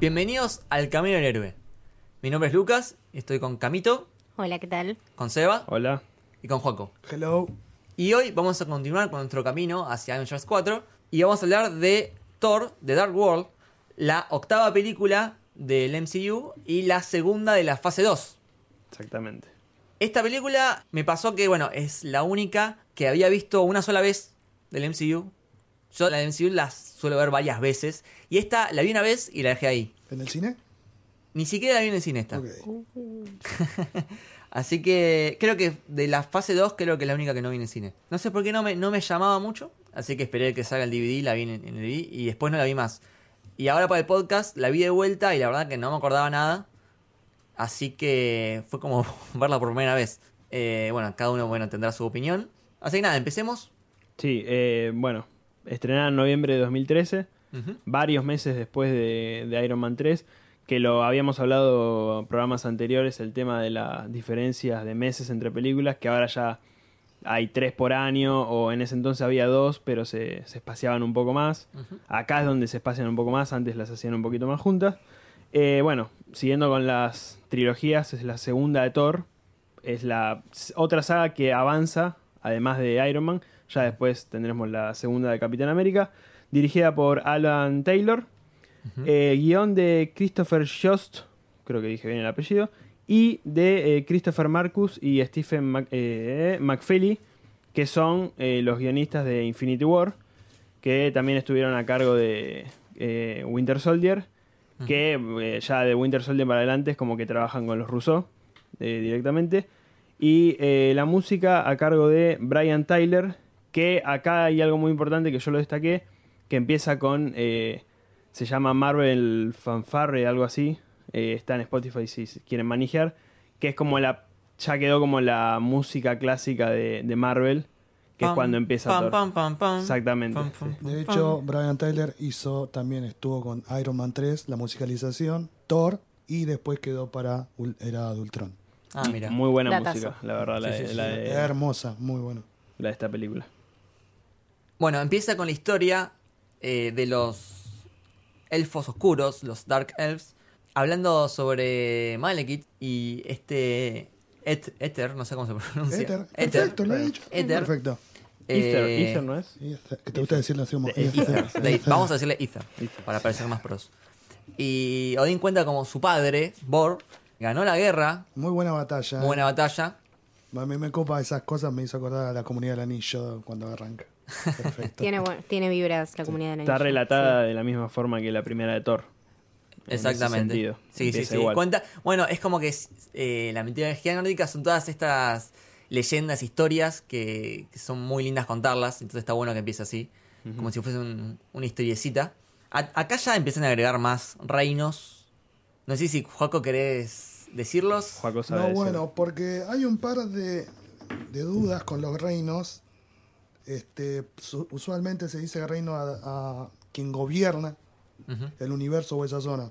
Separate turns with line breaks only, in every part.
Bienvenidos al Camino del Héroe. Mi nombre es Lucas y estoy con Camito,
Hola, ¿qué tal?
con Seba
Hola.
y con Juaco.
Hello.
Y hoy vamos a continuar con nuestro camino hacia Avengers 4 y vamos a hablar de Thor, The Dark World, la octava película del MCU y la segunda de la fase 2.
Exactamente.
Esta película me pasó que, bueno, es la única que había visto una sola vez del MCU. Yo la del MCU la suelo ver varias veces. Y esta la vi una vez y la dejé ahí.
¿En el cine?
Ni siquiera la vi en el cine esta.
Ok.
Así que creo que de la fase 2 creo que es la única que no vi en el cine. No sé por qué no me, no me llamaba mucho. Así que esperé que salga el DVD, la vi en, en el DVD y después no la vi más. Y ahora para el podcast la vi de vuelta y la verdad que no me acordaba nada. Así que fue como verla por primera vez. Eh, bueno, cada uno bueno, tendrá su opinión. Así que nada, empecemos.
Sí, eh, bueno, estrenada en noviembre de 2013,
Ujú.
varios meses después de, de Iron Man 3, que lo habíamos hablado en programas anteriores, el tema de las diferencias de meses entre películas, que ahora ya hay tres por año, o en ese entonces había dos, pero se, se espaciaban un poco más.
Ujú.
Acá es donde se espacian un poco más, antes las hacían un poquito más juntas. Eh, bueno, siguiendo con las trilogías, es la segunda de Thor. Es la s- otra saga que avanza, además de Iron Man. Ya después tendremos la segunda de Capitán América. Dirigida por Alan Taylor. Eh, guión de Christopher Jost, creo que dije bien el apellido. Y de eh, Christopher Marcus y Stephen Mac- eh, McFeely, que son eh, los guionistas de Infinity War que también estuvieron a cargo de eh, Winter Soldier, que eh, ya de Winter Soldier para adelante es como que trabajan con los rusos eh, directamente. Y eh, la música a cargo de Brian Tyler, que acá hay algo muy importante que yo lo destaqué, que empieza con, eh, se llama Marvel Fanfare, algo así, eh, está en Spotify si si quieren manejar, que es como la, ya quedó como la música clásica de, de Marvel, que es
Pam,
cuando empieza
pam,
Thor.
pam, pam, pam.
Exactamente,
Pam, pam,
sí.
pam,
De
pam.
hecho, Brian Tyler hizo, también estuvo con Iron Man 3, la musicalización, Thor, y después quedó para Ul- Era de Ultron.
Ah, mira.
Muy buena
Datazo.
música, la verdad, la,
Sí,
de-
sí, sí.
Eh, la de,
Hermosa, muy bueno.
la de esta película.
Bueno, empieza con la historia eh, de los elfos oscuros, los Dark Elves, hablando sobre Malekith y este Et- Ether, no sé cómo se pronuncia.
Éter, perfecto, lo he dicho.
Éter.
Perfecto.
Ether,
Eh,
Ether, ¿no es?
Y este- Que te gusta decirlo así como
De Ether.
Ether.
de- vamos a decirle Ether, para parecer más pros. Y Odín cuenta como su padre, Bor, ganó la guerra,
Muy buena batalla. ¿eh?
muy buena batalla,
A mí me copa esas cosas, me hizo acordar a la comunidad del anillo cuando arranca. Perfecto.
Tiene, bu- tiene vibras la comunidad de
Está relatada de la misma forma que la primera de Thor. En ese
Exactamente.
sentido.
sí, sí,
Empieza
sí.
igual.
Cuenta, bueno, es como que eh, la mitología nórdica son todas estas leyendas, historias que, que son muy lindas contarlas. Entonces está bueno que empiece así, como si fuese un- una historiecita. A- acá ya empiezan a agregar más reinos. No sé si Joaco querés decirlos.
Joaco sabe
No,
decir.
bueno, porque hay un par de, de dudas con los reinos. Este, su- usualmente se dice reino a, a quien gobierna
Ujú.
el universo o esa zona.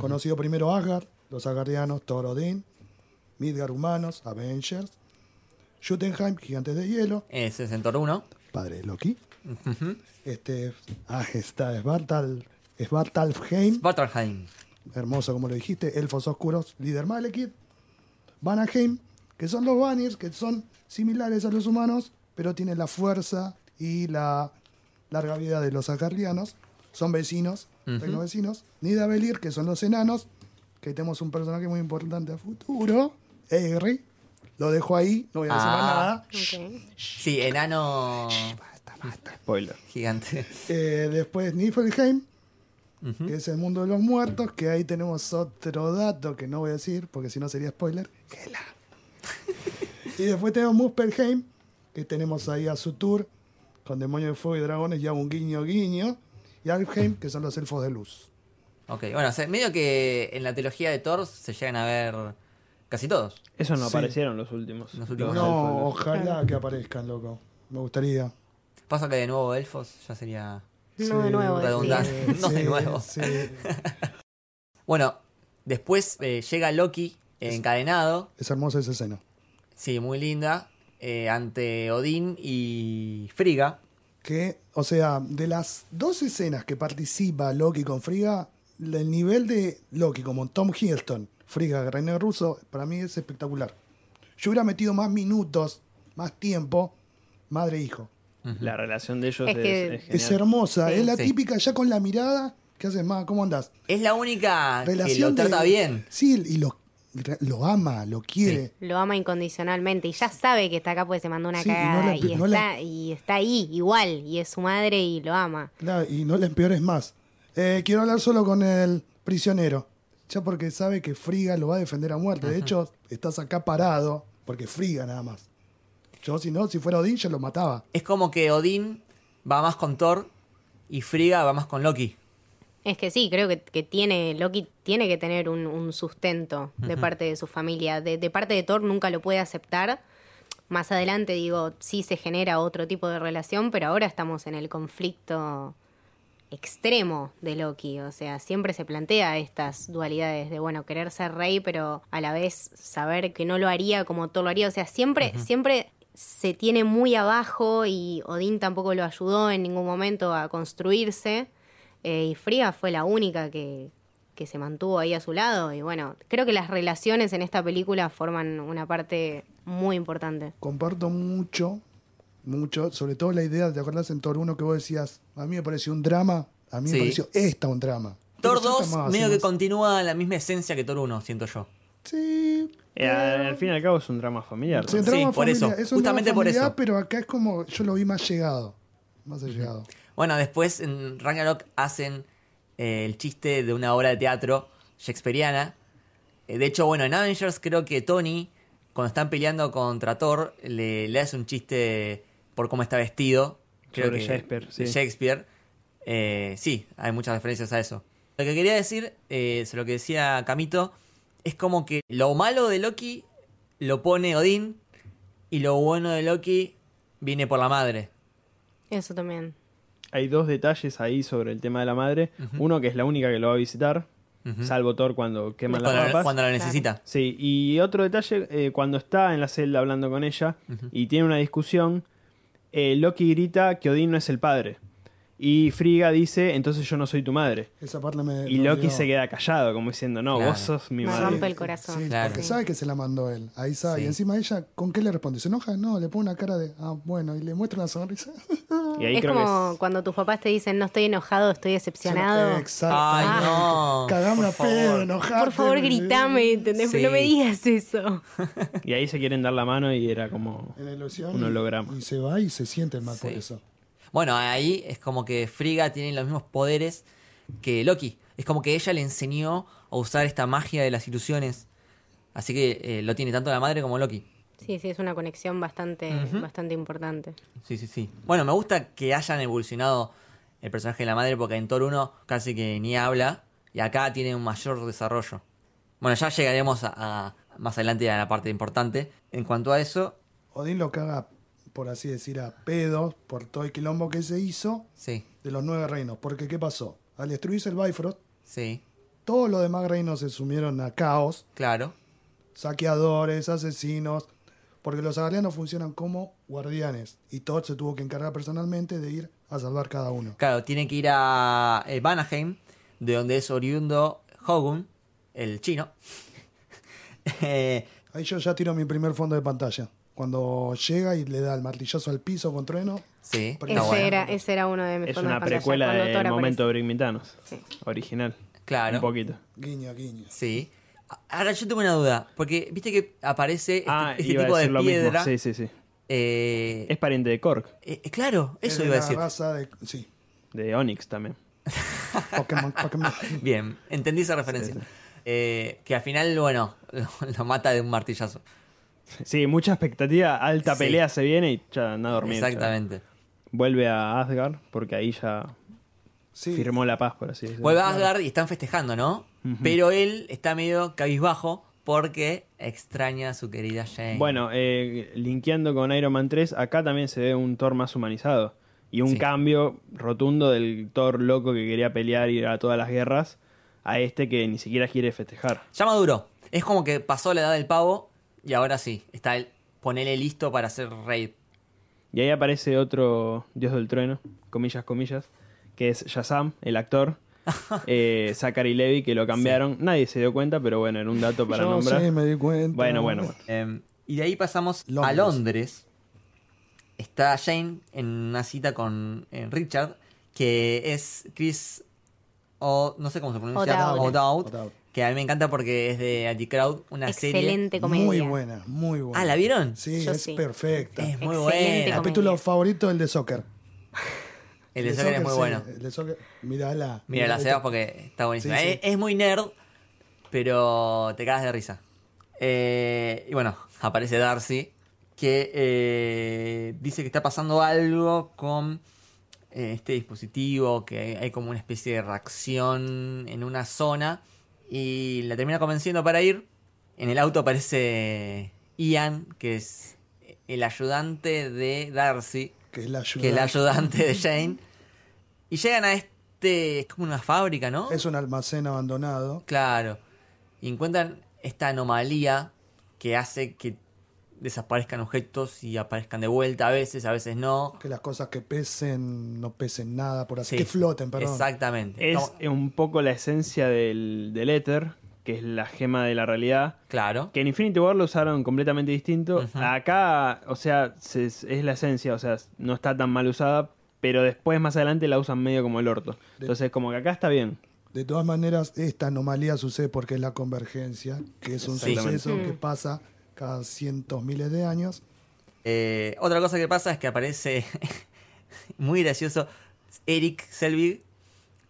Conocido primero Asgard, los Asgardianos, Thor Odín, Midgar humanos, Avengers, Jotunheim, gigantes de hielo,
Ese es en Thor 1.
padre de Loki. Este, ah, está Svartal, Svartalfheim,
Svartalfheim.
hermoso como lo dijiste, Elfos Oscuros, líder Malekith, Vanaheim, que son los Vanir, que son similares a los humanos, pero tienen la fuerza y la larga vida de los acarlianos, son vecinos, vecinos, Nidavellir, que son los enanos, que tenemos un personaje muy importante a futuro, Egri, lo dejo ahí, no voy a decir más
Ah.
nada.
Sí, enano
Spoiler.
gigante.
Eh, después Niflheim, que es el mundo de los muertos, que ahí tenemos otro dato que no voy a decir porque si no sería spoiler. Gela. y después tenemos Muspelheim, que tenemos ahí a Sutur, con demonios de fuego y dragones, ya un guiño guiño. Y Alfheim, que son los elfos de luz.
Ok, bueno, o sea, medio que en la trilogía de Thor se llegan a ver casi todos.
Esos no
Sí.
aparecieron los últimos.
Los últimos.
Los alfa,
No,
los-
ojalá que aparezcan, loco. Me gustaría.
Pasa que de nuevo elfos ya sería...
No, de nuevo,
redundante.
decía.
No, de nuevo.
sí.
Bueno, después eh, llega Loki eh, encadenado,
Es hermosa esa escena.
sí, muy linda, eh, ante Odín y Friga.
que, o sea, de las dos escenas que participa Loki con Friga, el nivel de Loki, como Tom Hiddleston, Friga, René Russo, para mí es espectacular. Yo hubiera metido más minutos, más tiempo, madre e hijo.
La relación de ellos es,
Es que-
es
Es
genial.
hermosa,
Sí,
es la
sí.
típica ya con la mirada. ¿Qué haces, más? ¿Cómo andás?
Es la única Ah, que lo
Relación de-
trata bien.
Sí, y lo, lo ama, lo quiere.
Lo ama incondicionalmente y ya sabe que está acá porque se mandó una
Sí, y no
cagada
la-
y, está,
no la-
y está ahí igual y es su madre y lo ama.
Claro, y no le empeores más. Eh, quiero hablar solo con el prisionero. Ya porque sabe que Friga lo va a defender a muerte. De hecho, estás acá parado porque Friga nada más. Yo, si no, si fuera Odín, yo lo mataba.
Es como que Odín va más con Thor y Friga va más con Loki.
Es que sí, creo que, que tiene, Loki tiene que tener un, un sustento de parte de su familia. De, de parte de Thor nunca lo puede aceptar. Más adelante, digo, sí se genera otro tipo de relación, pero ahora estamos en el conflicto extremo de Loki. O sea, siempre se plantea estas dualidades de, bueno, querer ser rey, pero a la vez saber que no lo haría como Thor lo haría. O sea, siempre, siempre se tiene muy abajo y Odín tampoco lo ayudó en ningún momento a construirse. Eh, y Fría fue la única que, que se mantuvo ahí a su lado. Y bueno, creo que las relaciones en esta película forman una parte muy importante.
Comparto mucho, mucho, sobre todo la idea, ¿te acordás en Thor 1 que vos decías? A mí me pareció un drama, a mí
Sí.
me pareció esta un drama.
Thor
Pero ya está
2
más,
medio
sí,
que
más.
continúa la misma esencia que Thor 1, siento yo.
Sí,
Eh, al, al fin y al cabo es un drama familiar. ¿no?
sí, un
Sí,
drama
por eso,
familiar, es un
justamente
drama
por
familiar,
eso.
Pero acá es como, yo lo vi más llegado. Más llegado.
Bueno, después en Ragnarok hacen eh, el chiste de una obra de teatro shakespeariana. Eh, de hecho, bueno, en Avengers creo que Tony, cuando están peleando contra Thor, le, le hace un chiste por cómo está vestido. Creo
Sobre
que-
Shakespeare, sí.
Shakespeare. Eh, sí, hay muchas referencias a eso. Lo que quería decir, eh, sobre lo que decía Camito, es como que lo malo de Loki lo pone Odín y lo bueno de Loki viene por la madre.
Eso también.
Hay dos detalles ahí sobre el tema de la madre. Uno que es la única que lo va a visitar, salvo Thor cuando queman las
Cuando,
papas.
cuando la necesita.
Sí, y otro detalle, eh, cuando está en la celda hablando con ella y tiene una discusión, eh, Loki grita que Odín no es el padre. Y Friga dice, entonces yo no soy tu madre.
Esa parte me.
Y
me
Loki
olvidó.
se queda callado, como diciendo, no,
Claro.
vos sos mi
Me
madre.
rompe el corazón.
Sí,
Claro.
porque sabe que se la mandó él. Ahí sabe.
Sí.
Y encima ella, ¿con qué le responde? ¿Se enoja? No, le pone una cara de, ah, bueno, y le muestra una sonrisa.
Y ahí
es
creo
como
que es-
cuando tus papás te dicen no estoy enojado, estoy decepcionado.
Exacto.
Ay, no.
Cagame a
Por favor.
pedo, enojate.
Por favor, gritame, ¿entendés?
Sí.
No me digas eso.
Y ahí se quieren dar la mano y era como...
En la ilusión.
Un
y-
holograma.
Y, se va y se siente mal por
Sí.
eso.
Bueno, ahí es como que Friga tiene los mismos poderes que Loki. Es como que ella le enseñó a usar esta magia de las ilusiones. Así que eh, lo tiene tanto la madre como Loki.
Sí, sí, es una conexión bastante, bastante importante.
Sí, sí, sí. Bueno, me gusta que hayan evolucionado el personaje de la madre porque en Thor 1 casi que ni habla y acá tiene un mayor desarrollo. Bueno, ya llegaremos a, a- más adelante a la parte importante. En cuanto a eso,
Odín lo caga, por así decir, a pedos por todo el quilombo que se hizo
sí,
de los nueve reinos. Porque, ¿qué pasó? Al destruirse el Bifrost,
sí,
todos los demás reinos se sumieron a caos.
claro.
saqueadores, asesinos, porque los agarianos funcionan como guardianes y Todd se tuvo que encargar personalmente de ir a salvar cada uno.
Claro, tiene que ir a eh, Vanaheim, de donde es oriundo Hogun, el chino. Eh,
Ahí yo ya tiro mi primer fondo de pantalla. Cuando llega y le da el martillazo al piso con trueno,
sí,
Porque
está
Ese,
bueno.
era, ese era uno de mis
Es
fondos de
una
pantalla,
precuela
cuando
del
Thor aparece.
momento de Brigmitanos.
Sí.
Original.
Claro.
Un poquito.
guiño, guiño.
Sí. Ahora yo tengo una duda, porque viste que aparece este,
ah,
este
iba a
tipo de
decir lo
piedra.
mismo. Sí, sí, sí.
eh,
Es pariente de Korg,
eh, eh, claro,
Es
eso
de
iba a
la
decir.
raza de- sí,
de Onyx también.
Pokémon, Pokémon.
Bien, entendí esa referencia.
Sí,
Eh, que al final, bueno, lo, lo mata de un martillazo.
Sí, mucha expectativa, alta
Sí.
pelea se viene y ya anda a dormir. ya.
Exactamente.
Vuelve a Asgard porque ahí ya
Sí,
firmó la paz, por así decirlo.
Vuelve a Asgard y están festejando, ¿no? Pero él está medio cabizbajo porque extraña a su querida Jane.
Bueno, eh, linkeando con Iron Man 3, acá también se ve un Thor más humanizado. Y un
Sí.
cambio rotundo del Thor loco que quería pelear y ir a todas las guerras a este que ni siquiera quiere festejar.
Ya maduró. Es como que pasó la edad del pavo y ahora sí, está el ponele listo para ser rey.
Y ahí aparece otro dios del trueno, comillas, comillas, que es Shazam, el actor, eh, Zachary Levy, que lo cambiaron. Nadie se dio cuenta, pero bueno, era un dato para
Yo
nombrar.
sí me di cuenta.
Bueno, bueno, bueno.
Eh, y de ahí pasamos a
Londres.
Londres. Está Jane en una cita con eh, Richard, que es Chris O. No sé cómo se pronuncia.
O'Dowd.
O'Dowd,
O'Dowd.
Que a mí me encanta porque es de Anticrowd, una serie.
Excelente comedia.
Muy buena, muy buena.
Ah, ¿la vieron?
Sí,
Yo
es
sí.
perfecta.
Es muy
Excelente
buena.
comedia.
Capítulo favorito, el de soccer.
El de Soccer es muy
sí,
bueno.
El de soccer, mirala.
Mira, la Sebas porque está buenísima.
Este Sí, sí.
Es, es muy nerd, pero te cagas de risa. Eh, y bueno, aparece Darcy, que eh, dice que está pasando algo con eh, este dispositivo, que hay, hay como una especie de reacción en una zona, y la termina convenciendo para ir. En el auto aparece Ian, que es el ayudante de Darcy,
Que es la ayuda.
que es el ayudante de Jane. Y llegan a este. Es como una fábrica, ¿no?
Es un almacén abandonado.
Claro. Y encuentran esta anomalía que hace que desaparezcan objetos y aparezcan de vuelta a veces, a veces no.
Que las cosas que pesen no pesen nada, por así
Sí.
que floten, perdón.
Exactamente.
Es
Como-
un poco la esencia del, del éter, que es la gema de la realidad.
Claro.
Que en Infinity War lo usaron completamente distinto. Acá, o sea, se- es la esencia, o sea, no está tan mal usada, pero después más adelante la usan medio como el orto. Entonces, como que acá está bien.
De todas maneras, esta anomalía sucede porque es la convergencia, que es un
Exactamente.
suceso que pasa cada cientos miles de años.
Eh, otra cosa que pasa es que aparece muy gracioso Eric Selvig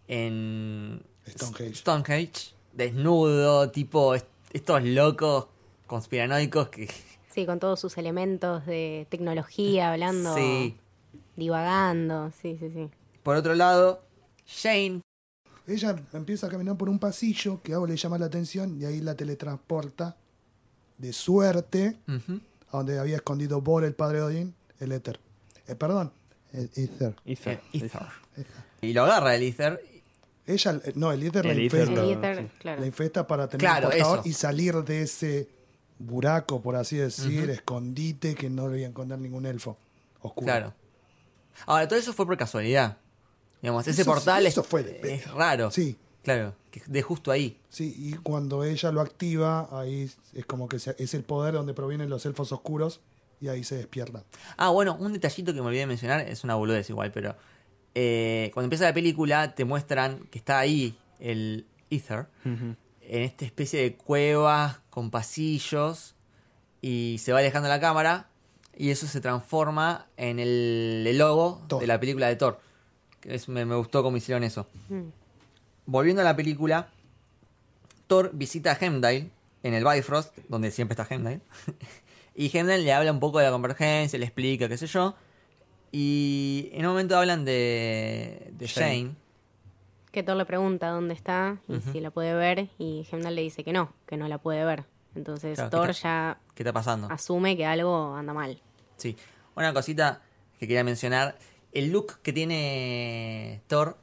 en
Stonehenge.
Stonehenge, desnudo, tipo est- estos locos conspiranoicos que
Sí, con todos sus elementos de tecnología, hablando,
Sí.
divagando. Sí, sí, sí.
Por otro lado, Shane,
Ella empieza a caminar por un pasillo que a vos le llama la atención y ahí la teletransporta de suerte
ujú,
a donde había escondido Bor, el padre de Odín, el éter. Eh, perdón, el éter.
Ether,
el Ether.
ether.
Y lo agarra el Ether.
Ella, eh, no, el éter la
El éter,
infecta.
El
Claro,
éter,
sí.
claro.
La infecta para tener
Claro,
un portador
eso.
y salir de ese buraco, por así decir, escondite que no lo iba a encontrar ningún elfo oscuro.
Claro. Ahora, todo eso fue por casualidad. Digamos, ese
Eso-
portal
eso
es,
fue de-
es raro.
Sí.
Claro, que de justo ahí.
Sí, y cuando ella lo activa, ahí es como que se- es el poder donde provienen los elfos oscuros y ahí se despierta.
Ah, bueno, un detallito que me olvidé de mencionar, es una boludez igual, pero eh, cuando empieza la película te muestran que está ahí el Ether, en esta especie de cuevas con pasillos, y se va alejando la cámara, y eso se transforma en el, el logo
Thor.
de la película de Thor. Que es- me, me gustó cómo hicieron eso.
Mm.
Volviendo a la película, Thor visita a Hemdale en el Bifrost, donde siempre está Hemdale. y Hemdale le habla un poco de la convergencia, le explica, qué sé yo. Y en un momento hablan de, de Shane.
Shane.
Que Thor le pregunta dónde está y si la puede ver y Heimdall le dice que no, que no la puede ver. Entonces
Claro,
Thor
que te-
ya
¿Qué está pasando?
asume que algo anda mal.
Sí. Una cosita que quería mencionar. El look que tiene Thor,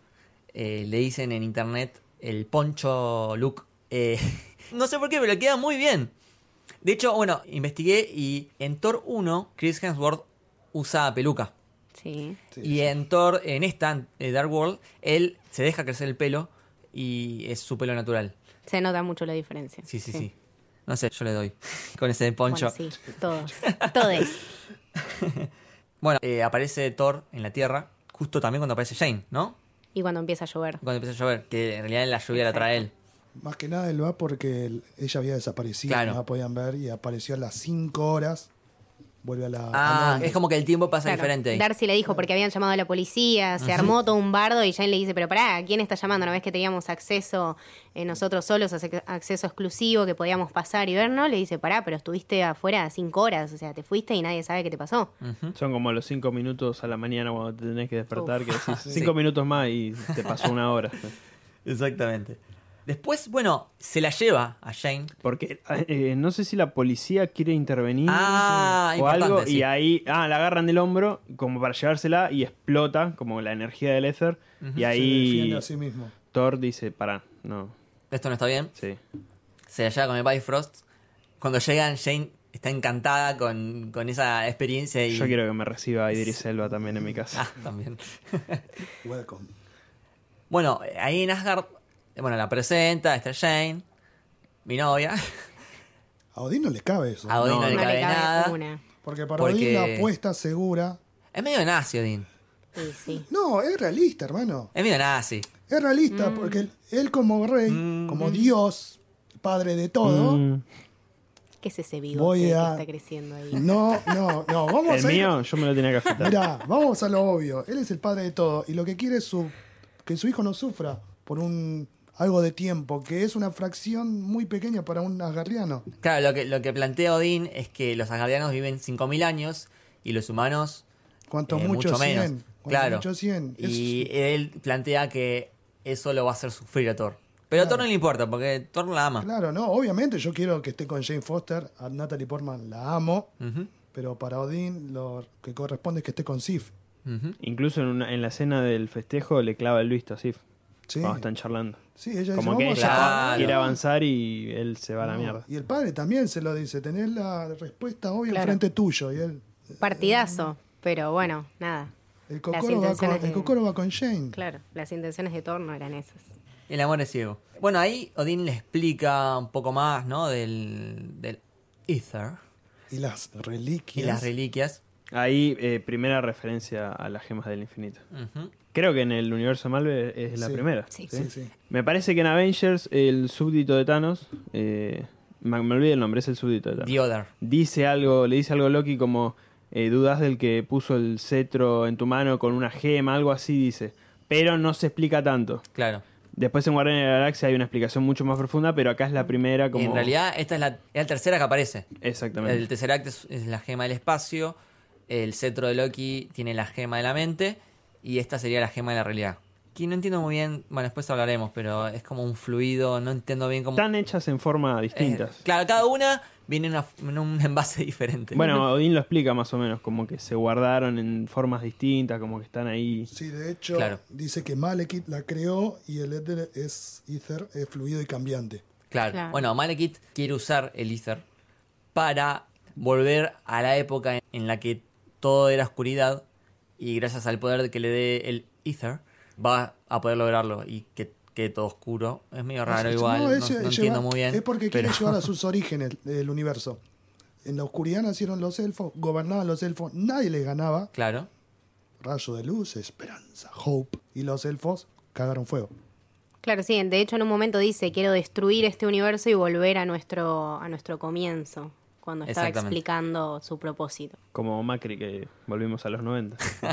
eh, le dicen en internet el poncho look. Eh, no sé por qué, pero le queda muy bien. De hecho, bueno, investigué y en Thor 1, Chris Hemsworth usa peluca.
Sí.
Sí,
y en Thor, en esta, en Dark World, él se deja crecer el pelo y es su pelo natural.
Se nota mucho la diferencia.
Sí, sí, sí. No sé, yo le doy con ese poncho.
Bueno, sí, todos. Todes.
Bueno, eh, aparece Thor en la Tierra, justo también cuando aparece Jane, ¿no?
Y cuando empieza a llover.
Cuando empieza a llover, que en realidad en la lluvia la trae él.
Más que nada él va porque él- ella había desaparecido,
Claro.
no la podían ver, y apareció a las 5 horas, vuelve a la... a
Ah,
Londres.
es como que el tiempo pasa
Claro,
diferente. ahí.
Darcy le dijo porque habían llamado a la policía, se armó todo un bardo y Jane le dice, pero pará, ¿quién está llamando? ¿No ves que teníamos acceso eh, nosotros solos, ac- acceso exclusivo que podíamos pasar y ver? No, le dice, pará, pero estuviste afuera cinco horas, o sea, te fuiste y nadie sabe qué te pasó.
Son como los cinco minutos a la mañana cuando te tenés que despertar, que decís
Sí.
cinco minutos más y te pasó una hora.
Exactamente. Después, bueno, se la lleva a Jane.
Porque eh, no sé si la policía quiere intervenir
Ah,
o
importante,
algo,
sí.
y ahí ah, la agarran del hombro como para llevársela y explota como la energía del éter. Y
Se defiende
ahí
a sí mismo.
Thor dice, pará, no,
Esto no está bien.
sí.
Se la lleva con el Bifrost. Cuando llegan, Jane está encantada con, con esa experiencia y.
Yo quiero que me reciba Idris Elba también en mi casa.
Ah, también.
Welcome.
Bueno, ahí en Asgard, eh, bueno, la presenta, está Jane, mi novia.
A Odín no le cabe eso.
A Odín no,
No,
le
no
cabe, nada.
una.
Porque para
Porque-
Odín la apuesta segura.
Es medio nazi, Odín.
Sí, sí.
No, es realista, hermano.
Es medio nazi.
Es
Mm.
realista, porque él, él como rey,
Mm.
como Dios, padre de todo,
Mm.
¿Qué es ese bigote
Voy a-
que está creciendo ahí?
no, no, no, vamos
El
a ir-
mío, yo me lo tenía que afectar.
Mirá, vamos a lo obvio. Él es el padre de todo y lo que quiere es su, que su hijo no sufra por un algo de tiempo, que es una fracción muy pequeña para un asgardiano.
Claro, lo que, lo que plantea Odín es que los asgardianos viven 5.000 años y los humanos
Cuanto
eh,
mucho,
mucho, menos.
100. Cuanto
claro.
mucho 100. Es-
Y él plantea que eso lo va a hacer sufrir a Thor. Pero a Thor no le importa, porque Thor la ama.
Claro, no, obviamente yo quiero que esté con Jane Foster, a Natalie Portman la amo, pero para Odín lo que corresponde es que esté con Sif.
Ujú.
Incluso en, una- en la cena del festejo le clava el visto así.
Sí.
Cuando están charlando.
Sí, ella
Como
dice,
que
"Vamos
ella
a
Claro.
quiere avanzar y él se va a la mierda.
Y el padre también se lo dice, tenés la respuesta obvia
Claro.
enfrente tuyo. Y él,
Partidazo, pero bueno, nada.
el
Las
cocoro, va con,
intenciones
el
de-
Kokoro va con Jane.
Claro, las intenciones de Thor no eran esas.
El amor es ciego. Bueno, ahí Odín le explica un poco más, ¿no? Del, del Ether
Y las
y
reliquias.
las reliquias.
Ahí, eh, primera referencia a las gemas del infinito.
Ujú.
Creo que en el universo Marvel es la
Sí.
primera.
Sí.
¿eh?
Sí, sí.
Me parece que en Avengers el súbdito de Thanos, eh, me, me olvidé el nombre, es el súbdito de Thanos.
The Other.
Dice algo, le dice algo a Loki como eh, dudas del que puso el cetro en tu mano con una gema, algo así dice. Pero no se explica tanto.
Claro.
Después en Guardianes de la Galaxia hay una explicación mucho más profunda, pero acá es la primera como
Y en realidad, esta es la, es la tercera que aparece.
exactamente.
El tercer acto es, es la gema del espacio. El cetro de Loki tiene la gema de la mente. Y esta sería la gema de la realidad. Que no entiendo muy bien. Bueno, después hablaremos, pero es como un fluido. No entiendo bien cómo.
Están hechas en forma
Eh,
distintas.
claro, cada una viene en, una- en un envase diferente.
Bueno, Odín lo explica más o menos, como que se guardaron en formas distintas, como que están ahí.
Sí, de hecho,
Claro.
dice que Malekith la creó y el Ether es, ether es fluido y cambiante.
Claro.
Claro.
Bueno, Malekith quiere usar el Ether para volver a la época en la que todo era oscuridad y gracias al poder que le dé el Ether va a poder lograrlo y que quede todo oscuro. Es medio raro
Es-
igual, no,
es-
no
lleva-
entiendo muy bien.
Es porque
pero-
quiere llevar a sus orígenes el universo. En la oscuridad nacieron los elfos, gobernaban los elfos, nadie les ganaba.
Claro.
Rayo de luz, esperanza, hope. Y los elfos cagaron fuego.
Claro, sí, de hecho en un momento dice, quiero destruir este universo y volver a nuestro, a nuestro comienzo, cuando estaba
Exactamente.
explicando su propósito.
Como Macri, que volvimos a los 90. Sí,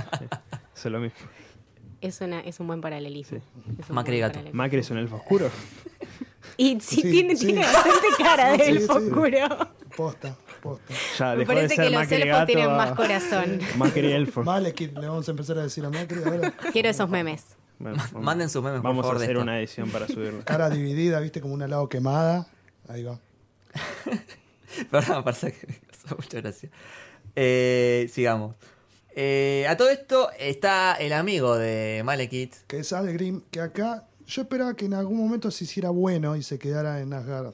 Eso es lo mismo.
Es, una, es un buen paralelismo. Es un
Macri
buen
gato.
paralelismo.
Macri es un elfo oscuro.
Y sí,
Sí,
tiene,
sí.
tiene bastante cara
Sí,
de
sí. Ah,
elfo oscuro.
Posta, posta.
Ya
Me
dejó de
parece
ser
que los
Macri
elfos
gato
tienen
a-
más corazón.
Macri elfo.
Malekith, le vamos a empezar a decir a Macri ahora.
Quiero esos memes.
Bueno, vamos-
manden sus memes, por
Vamos
favor,
a
de
hacer
esto.
una edición para subirlo.
Cara dividida, viste, como una lado quemada. Ahí va.
Perdón, pasa que me causó mucha gracia. Eh, sigamos. Eh, a todo esto está el amigo de Malekith.
que es Algrim, que acá yo esperaba que en algún momento se hiciera bueno y se quedara en Asgard.
¿Por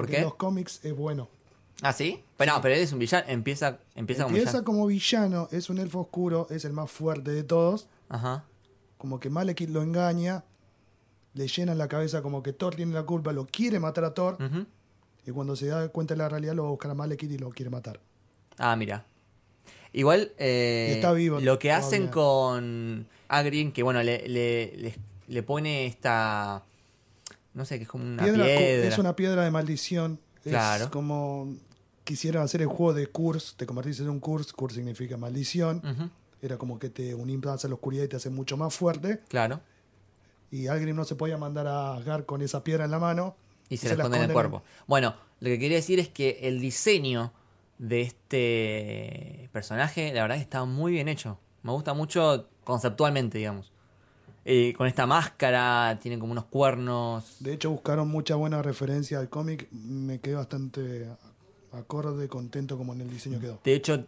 Porque
qué?
en los cómics es bueno.
Ah, sí. Pero no, pero él es un villano. Empieza, empieza, como
Empieza
villano.
como villano, es un elfo oscuro, es el más fuerte de todos.
Ajá.
Como que Malekith lo engaña, le llenan la cabeza como que Thor tiene la culpa, lo quiere matar a Thor.
Ujú.
Y cuando se da cuenta de la realidad, lo va a buscar a Malekith y lo quiere matar.
Ah, mira. Igual, eh,
Y está vivo
lo que
todavía.
hacen con Agrin, que bueno, le, le, le- le pone esta. No sé, que es como una
Piedra
piedra.
cu- Es una piedra de maldición. Es
Claro.
como quisieron hacer el juego de Curse, te convertís en un Curse, Curse significa maldición.
Ujú,
Era como que te un a la oscuridad y te hace mucho más fuerte.
Claro.
Y Algrim no se podía mandar a Asgard con esa piedra en la mano.
Y se, la esconde en el cuerpo. Bueno, lo que quería decir es que el diseño de este personaje, la verdad, que está muy bien hecho. Me gusta mucho conceptualmente, digamos. Eh, con esta máscara, tiene como unos cuernos.
De hecho, buscaron mucha buena referencia al cómic. Me quedé bastante acorde, contento como en el diseño quedó.
De hecho,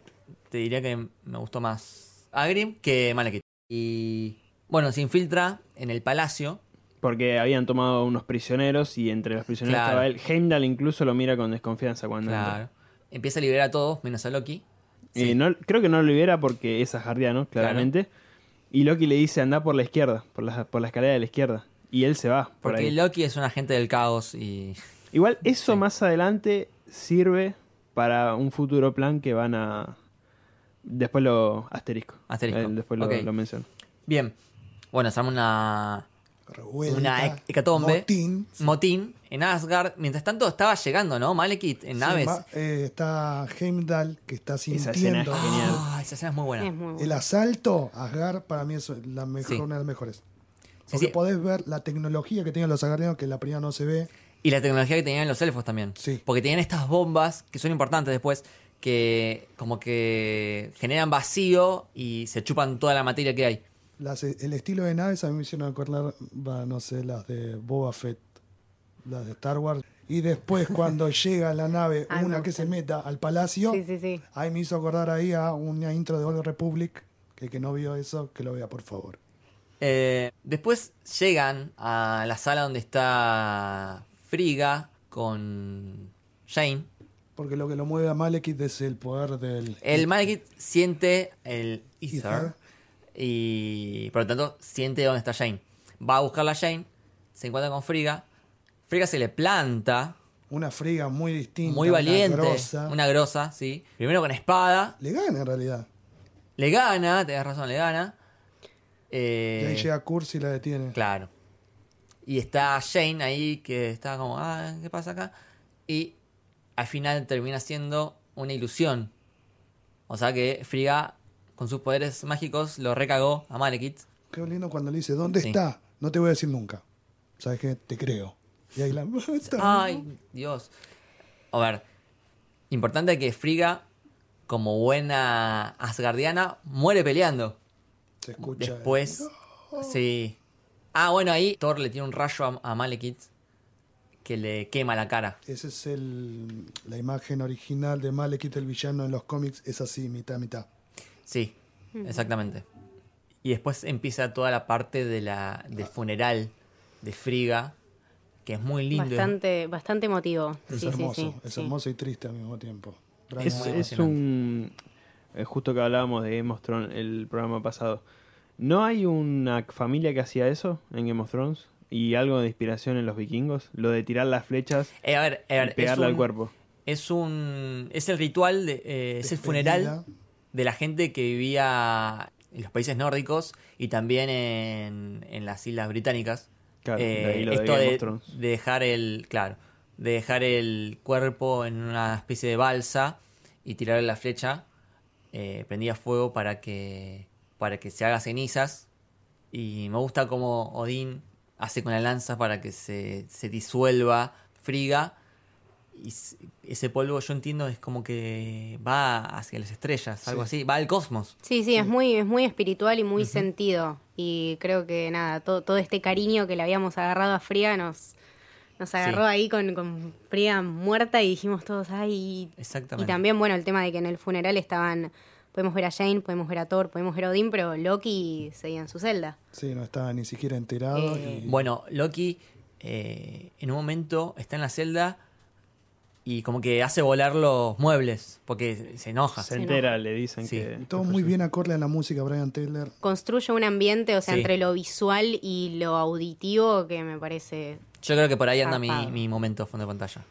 te diría que me gustó más Agrim que Malekith. Y bueno, se infiltra en el palacio.
Porque habían tomado unos prisioneros y entre los prisioneros
Claro.
estaba él. Heimdall incluso lo mira con desconfianza cuando entra.
Claro. Empieza a liberar a todos, menos a Loki.
Eh, no- creo que no lo libera porque es asgardiano, claramente. Y Loki le dice anda por la izquierda, por la, por la escalera de la izquierda. Y él se va. por
Porque
ahí.
Loki es un agente del caos y.
Igual eso
Sí.
más adelante sirve para un futuro plan que van a... Después lo asterisco.
Asterisco.
Eh, después lo,
Ok.
lo menciono.
Bien. Bueno, hacemos una.
Revuelta,
Una hec- hecatombe.
motín. Sí,
Motín en Asgard. Mientras tanto estaba llegando, ¿no? Malekith en naves.
va- eh, está Heimdall que está
escena es
sintiendo
genial.
Ah, esa escena es muy buena.
Es muy
el
bueno.
asalto. Asgard para mí es la mejor,
Sí.
una de las mejores.
Sí,
Porque
sí.
podés ver la tecnología que tienen los asgardianos que en la primera no se ve.
Y la tecnología que tenían los elfos también.
Sí.
Porque tenían estas bombas que son importantes después, que como que generan vacío y se chupan toda la materia que hay.
Las- el estilo de naves a mí me hicieron acordar, va, no sé, las de Boba Fett, las de Star Wars. Y después cuando llega la nave,
Ah, me
una que se
gustan.
meta al palacio,
Sí, sí, sí.
ahí me hizo acordar ahí a una intro de Old Republic, que el que no vio eso, que lo vea por favor.
Eh, después llegan a la sala donde está Friga con Jane.
Porque lo que lo mueve a Malekith es el poder del...
El Malekith siente el Ether
Ether.
y por lo tanto siente dónde está Jane. Va a buscarla a Jane, se encuentra con Friga. Friga se le planta
Una friga muy distinta.
Muy
una
valiente. Una
grosa.
grosa. sí. Primero con espada.
Le gana en realidad.
Le gana, tenés razón, le gana. Eh,
y ahí llega Curse y la detiene.
Claro. Y está Jane ahí que está como, ah, ¿qué pasa acá? Y al final termina siendo una ilusión. O sea que Friga, con sus poderes mágicos, lo recagó a Malekith.
Qué lindo cuando le dice, ¿dónde
Sí.
está? No te voy a decir nunca. ¿Sabes qué? Te creo. Y ahí la...
Ay, Dios. A ver, importante que Friga, como buena asgardiana, muere peleando.
Se escucha.
Después. Sí. Ah, bueno, ahí Thor le tiene un rayo a, a Malekith que le quema la cara.
Esa es el, la imagen original de Malekith, el villano en los cómics. Es así, mitad, mitad.
Sí, exactamente. Y después empieza toda la parte de la, del funeral de Friga, que es muy lindo.
Bastante, bastante emotivo.
Es
Sí, sí,
hermoso.
sí,
es
sí.
hermoso y triste al mismo tiempo. Realmente.
Es,
muy
es
emocionante.
un... eh, justo que hablábamos de Game of Thrones el programa pasado. ¿No hay una familia que hacía eso en Game of Thrones? Y algo de inspiración en los vikingos. Lo de tirar las flechas
Eh, a ver, a ver,
y pegarle
es
al
un-
cuerpo.
Es un. Es el ritual, de, eh, es el funeral
Despedida.
de la gente que vivía en los países nórdicos y también en, en las islas británicas.
Claro,
Eh,
de ahí lo de
esto
Game
de,
of Thrones.
de dejar el. Claro. De dejar el cuerpo en una especie de balsa y tirarle la flecha. eh, prendida a fuego para que. para que se haga cenizas. Y me gusta como Odín hace con la lanza para que se, se disuelva Friga. Y s- ese polvo, yo entiendo, es como que va hacia las estrellas, algo así, va al cosmos.
Sí, sí, es muy, es muy espiritual y muy sentido. Y creo que nada, todo, todo este cariño que le habíamos agarrado a Fría nos, nos agarró
Sí.
ahí con, con Fría muerta y dijimos todos, ay. y- Y
Exactamente.
también, bueno, el tema de que en el funeral estaban, podemos ver a Jane, podemos ver a Thor, podemos ver a Odín, pero Loki seguía en su celda.
Sí, no estaba ni siquiera enterado.
Eh,
y-
Bueno, Loki eh, en un momento está en la celda y como que hace volar los muebles porque se enoja.
Se entera, le dicen
Sí.
que...
todo muy bien acorde a la música, Brian Taylor.
Construye un ambiente, o sea,
Sí.
entre lo visual y lo auditivo que me parece...
Yo creo que por ahí anda mi,
Zarpado.
mi momento fondo de pantalla.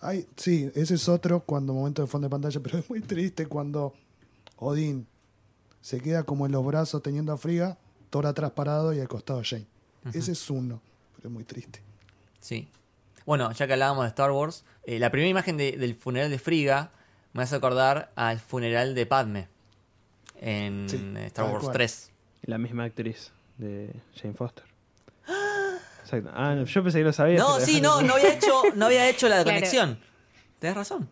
Ay, sí, ese es otro cuando momento de fondo de pantalla, pero es muy triste cuando Odín se queda como en los brazos teniendo a Friga, Thor atrás parado y al costado Jane. Ese es uno, pero es muy triste.
Sí. Bueno, ya que hablábamos de Star Wars, eh, la primera imagen de- del funeral de Friga me hace acordar al funeral de Padme en
Sí,
eh, Star
tal
Wars
cual.
3.
La misma actriz de Jane Foster. Exacto. Ah, no, yo pensé que lo sabía.
No,
pero-
sí, no, no había hecho, no había hecho la
Claro.
conexión. Tenés razón.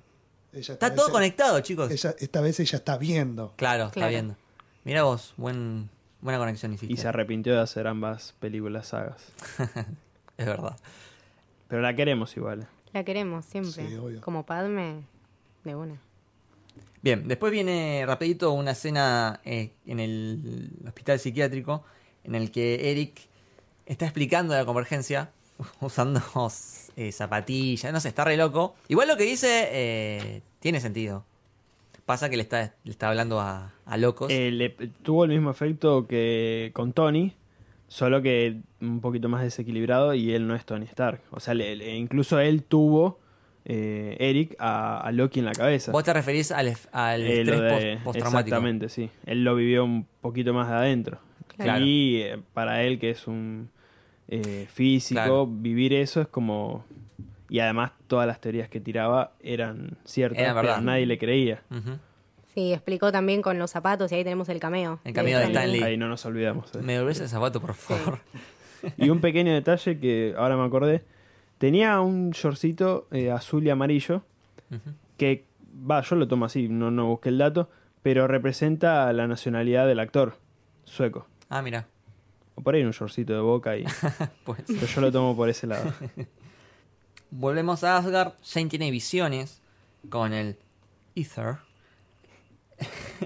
Ella
Está
esta
todo
vez-
conectado, chicos.
ella- esta vez ella está viendo.
Claro, está
Claro.
viendo. Mira vos, buen, buena conexión hiciste.
Y se arrepintió de hacer ambas películas sagas.
Es verdad.
Pero la queremos igual.
La queremos siempre.
Sí, obvio.
Como Padme, de una.
Bien, después viene rapidito una escena eh, en el hospital psiquiátrico en el que Eric está explicando la convergencia usando eh, zapatillas, no sé, está re loco. Igual lo que dice eh, tiene sentido. Pasa que le está, le está hablando a, a locos.
Eh, le- tuvo el mismo efecto que con Tony, solo que un poquito más desequilibrado y él no es Tony Stark. O sea, le- le- incluso él tuvo eh, Eric a, a Loki en la cabeza.
Vos te referís al, ef- al
Eh, lo
estrés
de-
post- postraumático.
Exactamente, sí. Él lo vivió un poquito más de adentro.
Claro.
Y eh, para él, que es un eh, físico,
Claro.
vivir eso es como... Y además todas las teorías que tiraba eran ciertas,
Eran
pero
verdad.
nadie le creía.
Ujú.
Sí, explicó también con los zapatos y ahí tenemos el cameo.
El cameo de
Stan Lee.
Stanley.
Ahí no nos olvidamos. eh.
Me devolvés el zapato, por favor.
Y un pequeño detalle que ahora me acordé. Tenía un shortcito eh, azul y amarillo
Ujú.
que, va, yo lo tomo así, no, no busqué el dato, pero representa la nacionalidad del actor sueco.
Ah, mira.
O por ahí un shortcito de boca y...
Pues.
Pero yo lo tomo por ese lado.
Volvemos a Asgard. Jane tiene visiones con el Ether.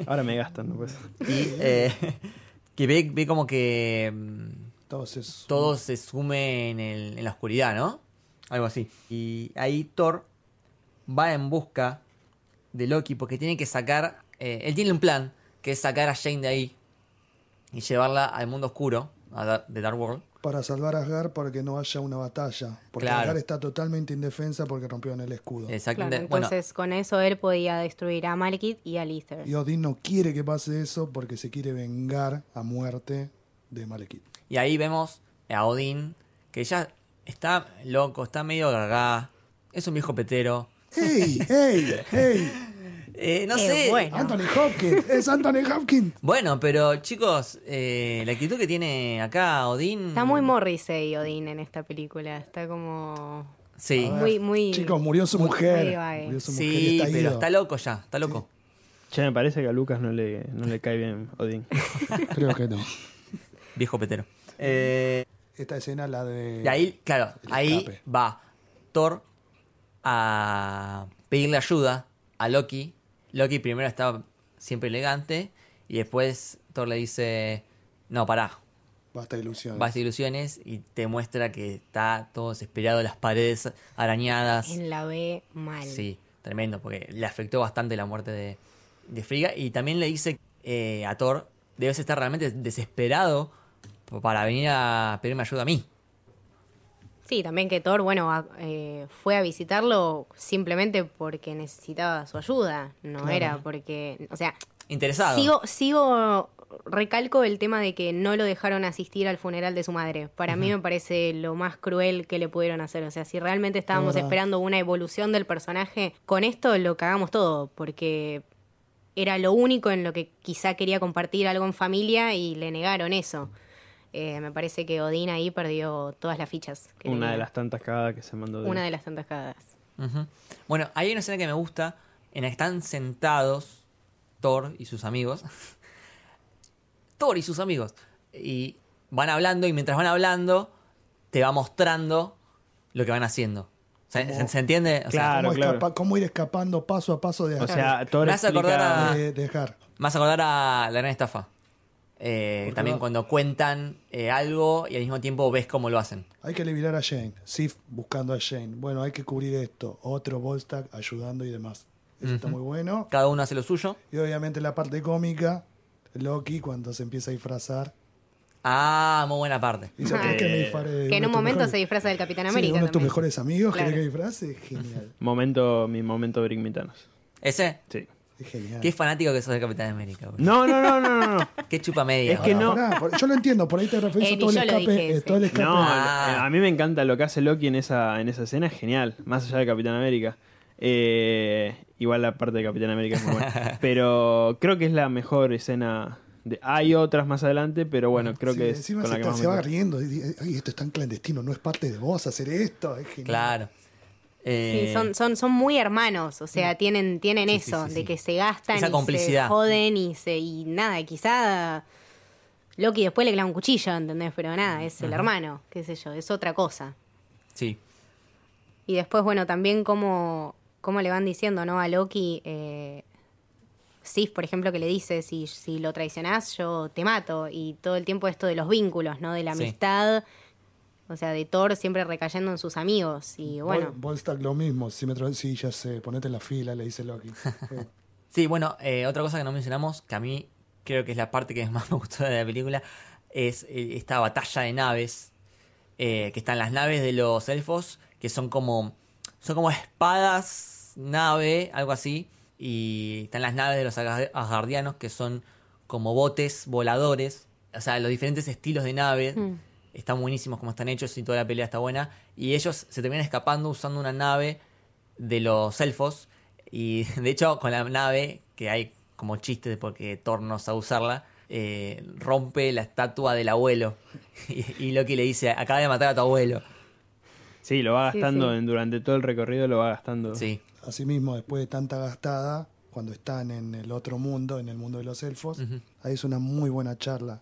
Ahora me gastan, ¿no? Pues.
Y eh, que ve, ve como que mm,
Entonces,
todo se sume en, el- en la oscuridad, ¿no? Algo así. Y ahí Thor va en busca de Loki porque tiene que sacar... eh, él tiene un plan, que es sacar a Jane de ahí y llevarla al mundo oscuro, a Dar- de Dark World.
para salvar a Asgard para que no haya una batalla. Porque
Claro.
Asgard está totalmente indefensa porque rompieron el escudo.
Exactamente.
Claro, entonces con eso él podía destruir a Malekith y a Lister.
Y Odín no quiere que pase eso porque se quiere vengar a muerte de Malekith.
bueno, y ahí vemos a Odín, que ya está loco, está medio gargá, es un viejo petero.
¡Ey! ¡Ey! ¡Ey!
Eh, no
Eh,
sé.
bueno.
¡Anthony Hopkins! ¡Es Anthony Hopkins!
Bueno, pero chicos, eh, la actitud que tiene acá Odín.
Está muy Morrissey Odín en esta película. Está como
Sí,
A ver,
muy, muy.
Chicos, murió su mujer.
muy vague.
Murió su mujer,
sí,
está
pero
ido.
está loco ya, está loco.
Che, me parece que a Lucas no le, no le cae bien Odín.
Creo que no.
Viejo petero. Eh,
Esta escena, la de.
y ahí, claro,
El
ahí
escape.
va Thor a pedirle ayuda a Loki. Loki primero estaba siempre elegante y después Thor le dice, no, pará,
Basta de ilusiones.
vas a ilusiones y te muestra que está todo desesperado, las paredes arañadas.
En la B mal.
Sí, tremendo, porque le afectó bastante la muerte de, de Frigga. Y también le dice eh, a Thor, debes estar realmente desesperado p- para venir a pedirme ayuda a mí.
Sí, también que Thor, bueno, a- eh, fue a visitarlo simplemente porque necesitaba su ayuda. No era porque. O sea,
Interesado.
Sigo, sigo, recalco el tema de que no lo dejaron asistir al funeral de su madre. Para mí me parece lo más cruel que le pudieron hacer. O sea, si realmente estábamos
verdad.
esperando una evolución del personaje, con esto lo cagamos todo, porque era lo único en lo que quizá quería compartir algo en familia y le negaron eso. Eh, me parece que Odín ahí perdió todas las fichas. que
Una
tenía.
de las tantas cagadas que se mandó. Odín.
Una de las tantas cagadas.
Ujú. Bueno, hay una escena que me gusta en la que están sentados Thor y sus amigos. Thor y sus amigos. Y van hablando y mientras van hablando te va mostrando lo que van haciendo. ¿Se,
Como-
se- se entiende? O sea,
Claro,
¿Cómo,
claro.
escapa- cómo ir escapando paso a paso de
O
Asgard?
sea, Thor
Me hace acordar
explica...
a-
de, de Asgard.
Me hace acordar a la gran estafa. Eh,
¿Por qué
también
no?
cuando cuentan eh, algo y al mismo tiempo ves cómo lo hacen.
Hay que liberar a Jane. Sif buscando a Jane. Bueno, hay que cubrir esto. Otro Volstagg ayudando y demás. Eso está muy bueno.
Cada uno hace lo suyo.
Y obviamente la parte cómica, Loki cuando se empieza a disfrazar.
Ah, muy buena parte.
Y dice, "¿Por qué me disfaré?
que en
Eh, Uno de
un
tus
momento
mejores-
se disfraza del Capitán
Sí,
América.
uno de tus
también.
mejores amigos, ¿querés
Claro.
que disfrace? Genial.
Momento, mi momento Brigmitanos.
Ese,
Sí.
Es genial.
qué fanático que sos de Capitán América, boludo.
No, no, no, no, no. no.
Qué chupa media.
Es que no.
Pará, por- yo lo entiendo, por ahí te referís
Eh,
a todo el
ni yo lo
escape.
dije,
eh,
sí.
todo el escape.
No, eh,
Ah.
a mí me encanta lo que hace Loki en esa, en esa escena, es genial, más allá de Capitán América. Eh, igual la parte de Capitán América es muy buena. pero creo que es la mejor escena. De, hay otras más adelante, pero bueno, creo
Sí,
que es
encima
con
se,
la que
está-
más
se
me
va
acuerdo.
riendo. y dice, Ay, esto es tan clandestino, no es parte de vos hacer esto. Es genial.
Claro. Eh, Mm.
Sí, son, son, son muy hermanos, o sea, tienen, tienen
Sí, sí,
eso,
sí,
de
sí.
que se gastan
Esa
y
complicidad.
se joden y se, y nada, quizá Loki después le clava un cuchillo, ¿entendés? Pero nada, es el hermano, qué sé yo, es otra cosa.
sí.
Y después, bueno, también cómo, cómo le van diciendo, ¿no? A Loki, eh, Sif, por ejemplo, que le dice, si, si lo traicionás, yo te mato. Y todo el tiempo esto de los vínculos, ¿no? De la
Sí.
amistad, o sea, de Thor siempre recayendo en sus amigos. Y bueno.
Vol- Volstagg lo mismo, si me tra- sí, ya sé, ponete en la fila, le dice Loki. Eh,
Sí, bueno, eh, otra cosa que no mencionamos, que a mí creo que es la parte que más me gustó de la película, es eh, esta batalla de naves, eh, que están las naves de los elfos, que son como, son como espadas, nave, algo así, y están las naves de los asga- asgardianos, que son como botes voladores, o sea, los diferentes estilos de nave. Están buenísimos como están hechos y toda la pelea está buena. Y ellos se terminan escapando usando una nave de los elfos. Y de hecho, con la nave, que hay como chiste de porque Thor no sabe usarla, eh, rompe la estatua del abuelo. Y, y Loki le dice: Acaba de matar a tu abuelo.
Sí, lo va
Sí,
gastando
sí.
en- durante todo el recorrido, lo va gastando.
Sí,
Asimismo, después de tanta gastada, cuando están en el otro mundo, en el mundo de los elfos, ahí es una muy buena charla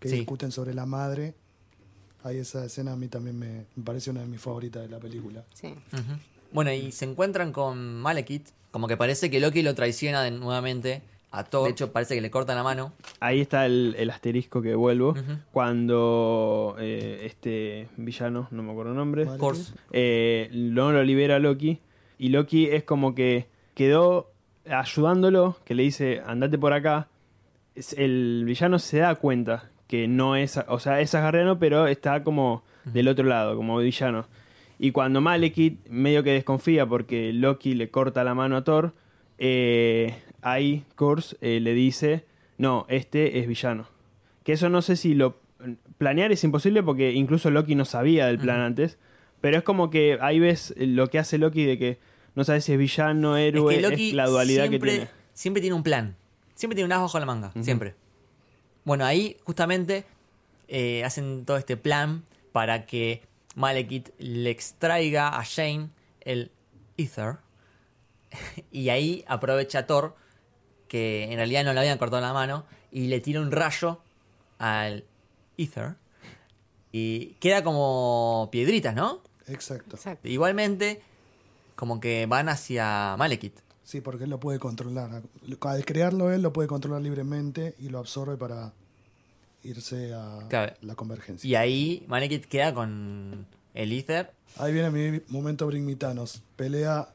que
Sí.
discuten sobre la madre. Ahí esa escena a mí también me, me parece una de mis favoritas de la película.
Sí.
Ujú. Bueno, y se encuentran con Malekith. Como que parece que Loki lo traiciona de- nuevamente a Thor. De hecho, parece que le cortan la mano.
Ahí está el, el asterisco que vuelvo.
Ujú.
Cuando eh, este villano, no me acuerdo el nombre,
Vale.
Kors.
eh, no lo libera Loki. Y Loki es como que quedó ayudándolo, que le dice, andate por acá. Es- El villano se da cuenta que no es, o sea, es asgardiano, pero está como del otro lado, como villano. Y cuando Malekith medio que desconfía porque Loki le corta la mano a Thor, eh, ahí Kors eh, le dice, no, este es villano. Que eso no sé si lo... Planear es imposible porque incluso Loki no sabía del plan antes. Pero es como que ahí ves lo que hace Loki de que no sabes si es villano, héroe, es, la dualidad
siempre,
que tiene.
Siempre tiene un plan. Siempre tiene un as bajo la manga. Siempre. Bueno, ahí justamente eh, hacen todo este plan para que Malekith le extraiga a Shane el Ether. Y ahí aprovecha Thor, que en realidad no le habían cortado la mano, y le tira un rayo al Ether. Y queda como piedritas, ¿no?
Exacto.
Exacto.
Igualmente, como que van hacia Malekith.
Sí, porque él lo puede controlar. Al crearlo él lo puede controlar libremente y lo absorbe para irse a
Claro.
la convergencia.
Y ahí Manekit queda con el Ether.
Ahí viene mi momento Bring Me Thanos. Pelea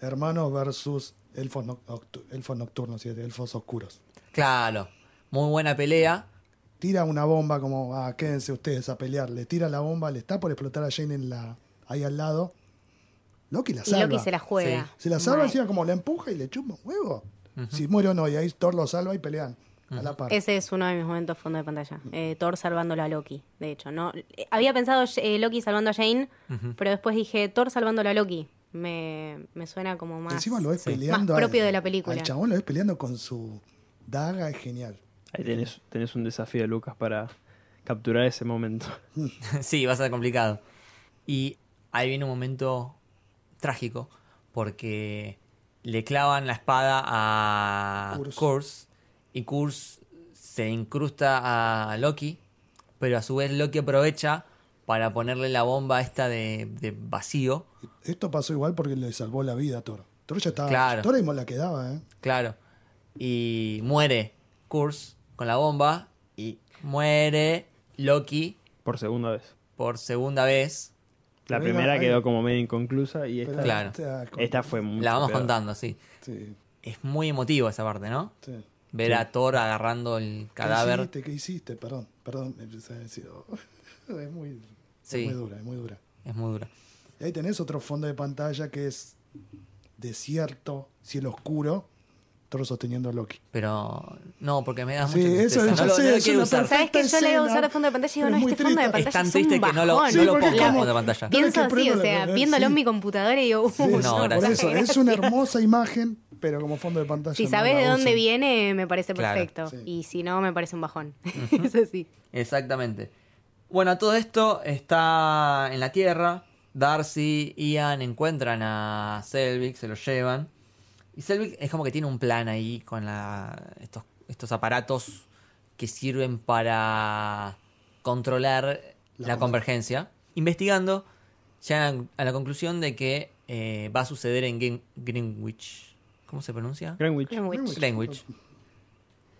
hermanos versus elfos, noc- octu- elfos nocturnos y elfos oscuros.
Claro, muy buena pelea.
Tira una bomba como, ah, quédense ustedes a pelear. Le tira la bomba, le está por explotar a Jane en la, ahí al lado. Loki la
Y
salva.
Loki se la juega.
Sí.
Se la salva,
Mal.
encima como la empuja y le chupa un huevo. Si muere o no, y ahí Thor lo salva y pelean a la par.
Ese es uno de mis momentos fondo de pantalla. Eh, Thor salvándolo a Loki, de hecho. no Eh, Había pensado eh, Loki salvando a Jane, pero después dije Thor salvándolo a Loki. Me, me suena como más...
Encima lo ves
sí.
peleando.
Más
al-
propio de la película.
Al chabón lo ves peleando con su daga, es genial.
Ahí tenés, tenés un desafío, Lucas, para capturar ese momento.
sí, va a ser complicado. Y ahí viene un momento trágico porque le clavan la espada a
Kurz.
Kurz y Kurz se incrusta a Loki, pero a su vez Loki aprovecha para ponerle la bomba esta de, de vacío.
Esto pasó igual porque le salvó la vida a Thor. Thor ya estaba.
Claro.
Thor mismo la quedaba, ¿eh?
Claro. Y muere Kurz con la bomba. Y muere Loki
Por segunda vez.
por segunda vez.
La
Pero
primera
ahí-
quedó como medio inconclusa y esta,
Pero
Claro.
esta-
esta fue muy.
la vamos contando, sí.
Sí,
Es muy emotivo esa parte, ¿no?
sí.
Ver a Thor agarrando el
¿Qué
cadáver.
hiciste? ¿Qué hiciste? Perdón, perdón. me empecé a decir, oh, es, muy,
Sí.
es muy dura, es muy dura.
Es muy dura.
Y ahí tenés otro fondo de pantalla que es desierto, cielo oscuro, Thor sosteniendo a Loki.
Pero no, porque me da
Sí,
mucha
eso
tristeza.
ya
no lo,
sé,
no lo
es
quiero
una
usar.
perfecta
¿Sabes que yo le iba a usar
escena,
a fondo de pantalla? Digo,
pero
no,
es muy
este fondo de
triste.
pantalla
Es tan
un
triste que no lo-
bajón.
no lo
porque es
pongo a
como-
fondo de pantalla.
Tenés
Pienso
que
así, o
prenderlo,
sea,
¿verdad?
viéndolo
Sí.
en mi computadora y digo,
Sí,
"Uh,
sí,
No,
por
gracias.
eso, es una hermosa imagen, pero como fondo de pantalla.
Si
no
sabes
la
de dónde
usan.
viene, me parece
Claro,
perfecto.
sí.
Y si no, me parece un bajón. Eso sí.
Exactamente. Bueno, todo esto está en la Tierra. Darcy, Ian encuentran a Selvig, se lo llevan. Y Selvig es como que tiene un plan ahí con la- estos, estos aparatos que sirven para controlar la,
La
convergencia. Investigando, llegan a la conclusión de que eh, va a suceder en Green- Greenwich. ¿Cómo se pronuncia?
Greenwich.
Greenwich.
Greenwich.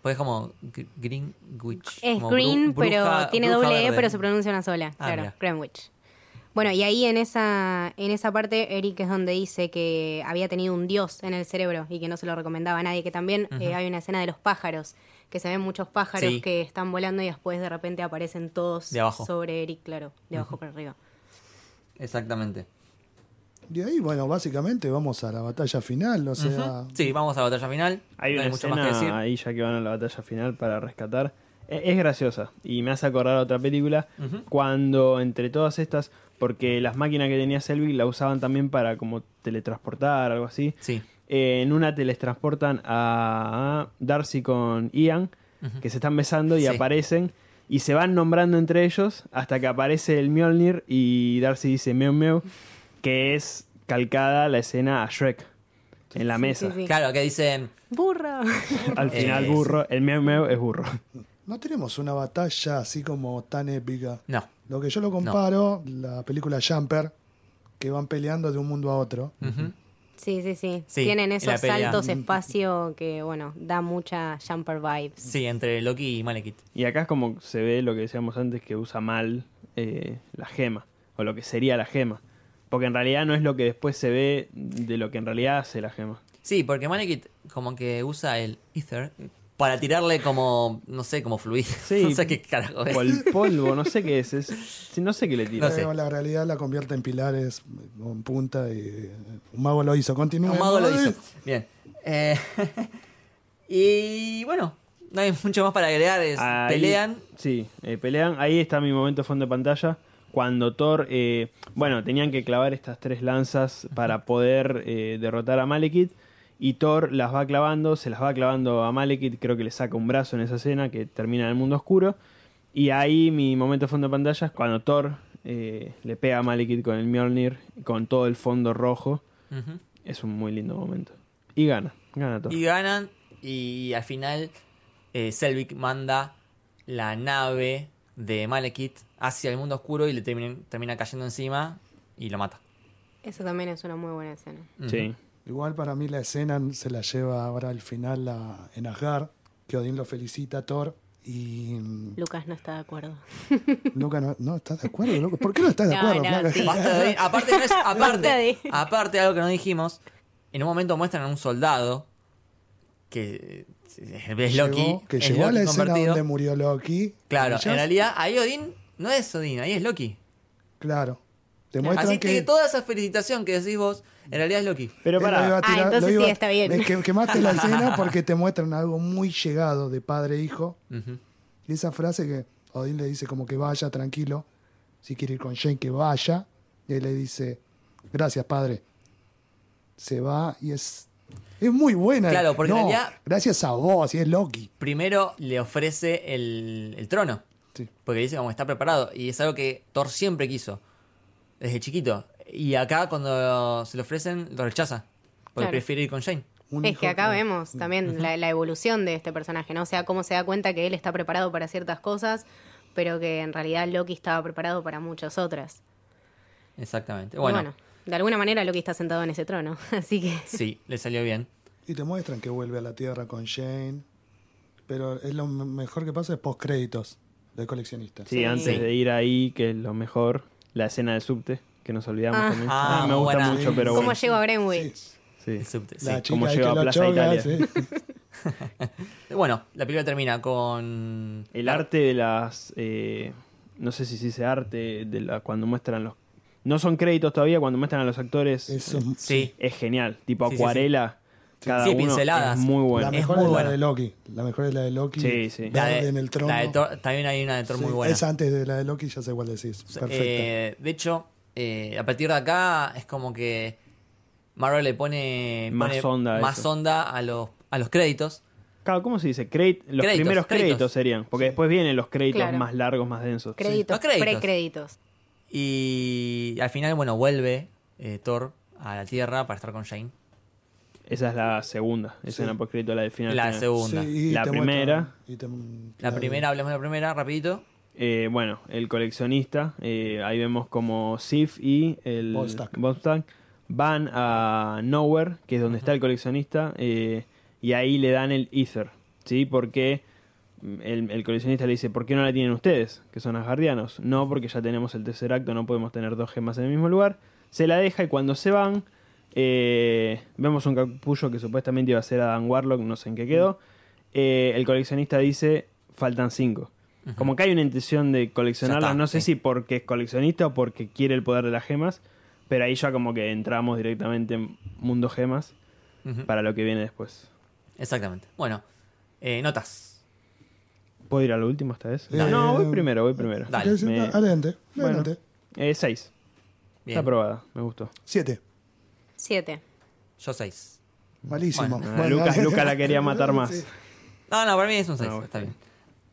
Pues es como Gr- Greenwich.
Es
como bru-
green, pero
bruja-
tiene
bruja
doble E,
verde.
pero se pronuncia una sola.
Ah,
claro,
mira.
Greenwich. Bueno, y ahí en esa, en esa parte, Eric es donde dice que había tenido un dios en el cerebro y que no se lo recomendaba a nadie, que también eh, hay una escena de los pájaros, que se ven muchos pájaros
Sí.
que están volando y después de repente aparecen todos
De abajo.
sobre Eric, claro, de abajo para arriba.
Exactamente.
De ahí, bueno, básicamente vamos a la batalla final, o sea,
Ujú. Sí, ah. vamos a la batalla final.
Hay
no
una
hay mucho más que decir.
escena ahí ya que van a la batalla final para rescatar. E- Es graciosa y me hace acordar a otra película cuando entre todas estas, porque las máquinas que tenía Selvig la usaban también para como teletransportar, algo así.
Sí.
Eh, en una teletransportan a Darcy con Ian, que se están besando y
Sí.
aparecen y se van nombrando entre ellos hasta que aparece el Mjolnir y Darcy dice meu meu, que es calcada la escena a Shrek en la mesa.
sí, sí.
Claro, que dicen.
¡Burra!
Al final
Eh,
burro, el meu meu es burro.
no tenemos una batalla así como tan épica.
No.
Lo que yo lo comparo, la película Jumper, que van peleando de un mundo a otro.
Ujú.
sí, sí, sí,
Sí,
Tienen
en
esos
la pelea. Mm.
saltos espacio que, bueno, da mucha jumper vibes.
Sí, entre Loki y Malekith.
Y acá es como se ve lo que decíamos antes, que usa mal eh, la gema, o lo que sería la gema. Porque en realidad no es lo que después se ve de lo que en realidad hace la gema.
Sí, porque Malekith como que usa el Ether para tirarle como, no sé, como fluido.
Sí.
no sé qué carajo es.
O el polvo, no sé qué es. es sí, no sé qué le tira.
No sé.
Pero la realidad la convierte en pilares, en punta, y eh, un mago lo hizo. Continúa.
Un mago lo hizo. Bien. Eh, y bueno, no hay mucho más para agregar. es-
Ahí-
pelean.
Sí, eh, pelean. Ahí está mi momento fondo de pantalla. Cuando Thor, eh, bueno, tenían que clavar estas tres lanzas para poder eh, derrotar a Malekith. Y Thor las va clavando, se las va clavando a Malekith. Creo que le saca un brazo en esa escena que termina en el mundo oscuro. Y ahí mi momento fondo de pantalla es cuando Thor eh, le pega a Malekith con el Mjolnir, con todo el fondo rojo.
Ujú.
Es un muy lindo momento. Y gana, gana Thor.
Y ganan. Y al final, eh, Selvig manda la nave de Malekith hacia el mundo oscuro y le termina, termina cayendo encima y lo mata.
Eso también es una muy buena escena.
Sí.
Igual para mí la escena se la lleva ahora al final a, en Asgard, que Odín lo felicita a Thor. Y mm,
Lucas no está de acuerdo.
Luca no, no estás de acuerdo, loco? ¿Por qué no estás de
No,
acuerdo?
no,
Flaca?
sí.
Basta de- aparte, no es-
Basta de-
aparte, aparte, algo que no dijimos, en un momento muestran a un soldado que eh, es Loki.
Llegó- que
es
llegó a
Loki
la escena
convertido.
donde murió Loki.
Claro,
Ellos-
en realidad ahí Odín no es Odín, ahí es Loki.
Claro. Demuestran
Así que...
que
toda esa felicitación que decís vos, en realidad es Loki.
Pero
Él lo iba
para.
a tirar-
Ah, entonces
lo iba-
sí, está bien.
es que- quemaste la escena porque te muestran algo muy llegado de padre e hijo. Y esa frase que Odín le dice como que vaya, tranquilo. Si quiere ir con Jane, que vaya. Y él le dice, gracias, padre. Se va y es... Es muy buena.
Claro, porque en
No,
realidad-
Gracias a vos, y es Loki.
Primero le ofrece el, el trono,
Sí.
porque dice como está preparado, y es algo que Thor siempre quiso, desde chiquito. Y acá cuando se lo ofrecen, lo rechaza, porque
Claro.
prefiere ir con Jane.
Un
Es
hijo
que acá
que-
vemos también la, la evolución de este personaje, ¿no? O sea, cómo se da cuenta que él está preparado para ciertas cosas, pero que en realidad Loki estaba preparado para muchas otras.
Exactamente.
Y
Bueno,
de alguna manera Loki está sentado en ese trono, así que...
sí, le salió bien.
Y te muestran que vuelve a la Tierra con Jane. Pero es lo me- mejor que pasa es post créditos del coleccionista.
Sí,
Sí.
antes de ir ahí, que es lo mejor, la escena del subte, que nos olvidamos
Ah.
también.
Ah,
Ah, me gusta
buena.
mucho, pero
¿Cómo
bueno.
llego a Greenwich?
Sí.
El subte, sí.
La chica
como
ahí
lleva
que
a
lo
Plaza Italia.
sí.
Bueno, la película termina con...
El arte de las... eh, no sé si se dice arte, de la, cuando muestran los... No son créditos todavía, cuando muestran a los actores
Eso es
Sí,
es genial. Tipo
Sí, sí, sí.
acuarela, cada
Sí,
uno
pinceladas.
es muy
La
bueno.
Es
mejor
muy
es la
buena.
de Loki. La mejor es la de Loki.
Sí, sí.
la
verde
de,
en el trono.
la de Thor- también hay una de Thor
Sí,
muy buena.
Es antes de la de Loki, ya sé cuál decís. Perfecto.
Eh, de hecho, eh, a partir de acá es como que Marvel le pone
Más
pone
onda a
más
eso.
onda a los, a los créditos.
Claro, ¿cómo se dice? Credit- los
Créditos,
primeros créditos.
créditos.
serían, porque después vienen los créditos
Claro.
más largos, más densos.
Créditos,
Los créditos.
precréditos.
Y al final, bueno, vuelve eh, Thor a la Tierra para estar con Jane.
Esa es la segunda escena por crédito, la del final.
La
final.
segunda.
Sí, y
La
te
primera.
muestran- y te-
La primera, hablemos de la primera, rapidito.
Eh, bueno, el coleccionista, eh, ahí vemos como Sif y el
Volstagg.
Volstagg van a Nowhere, que es donde está el coleccionista, eh, y ahí le dan el Ether, ¿sí? Porque el, el coleccionista le dice, ¿por qué no la tienen ustedes, que son asgardianos? No, porque ya tenemos el tercer acto, no podemos tener dos gemas en el mismo lugar. Se la deja y cuando se van, eh, vemos un capullo que supuestamente iba a ser Adam Warlock, no sé en qué quedó. Eh, el coleccionista dice, faltan cinco. Como que hay una intención de coleccionarlas,
Ya está,
no sé
sí.
si porque es coleccionista o porque quiere el poder de las gemas, pero ahí ya como que entramos directamente en mundo gemas
Ujú.
para lo que viene después.
Exactamente. Bueno, eh, notas.
¿Puedo ir a lo último esta vez?
Dale.
No, voy
Eh,
primero, voy primero.
dale.
¿Querés
Me-
ir? Adelante,
Bueno.
adelante.
Eh, seis.
Bien.
Está aprobada, me gustó.
Siete.
Siete.
Yo 6.
Malísimo.
Bueno,
Ah,
Bueno,
Lucas,
dale.
Lucas la quería matar más.
Sí.
No, no, para mí es un 6.
bueno.
está bien.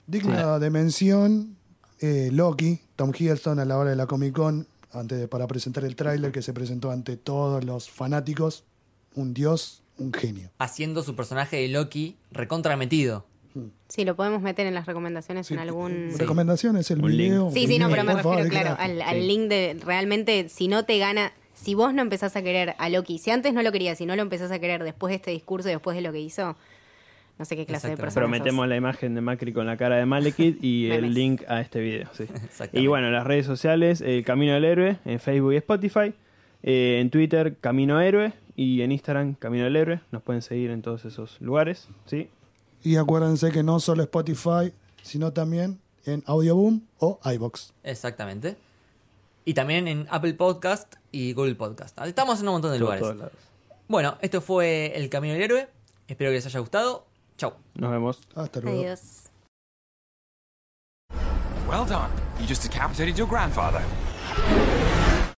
Digna de mención, eh, Loki, Tom Hiddleston a la hora de la Comic Con, antes de- para presentar el tráiler que se presentó ante todos los fanáticos, un dios, un genio.
Haciendo su personaje de Loki recontrametido.
Sí, lo podemos meter en las recomendaciones en algún...
sí.
eh, Recomendaciones, el
Un link.
video.
Sí,
el
sí, no,
video,
pero me
por favor,
refiero, claro,
déjala.
al, al
Sí.
link de realmente, si no te gana, si vos no empezás a querer a Loki, si antes no lo querías, si no lo empezás a querer después de este discurso y después de lo que hizo, no sé qué clase de
Exactamente.
persona.
Prometemos la imagen de Macri con la cara de Malekith y el
Memes.
link a este video. sí.
Exactamente.
Y bueno, las redes sociales, El Camino del Héroe, en Facebook y Spotify, eh, en Twitter, Camino Héroe, y en Instagram, Camino del Héroe. Nos pueden seguir en todos esos lugares, ¿sí?
Y acuérdense que no solo Spotify, sino también en Audioboom o iBox.
Exactamente. Y también en Apple Podcast y Google Podcast. Estamos en un montón de
Todo-
lugares.
todos lados.
Bueno, esto fue El Camino del Héroe. Espero que les haya gustado. Chau.
Nos vemos.
Hasta luego.
Adiós.
Well done. You just decapitated your grandfather.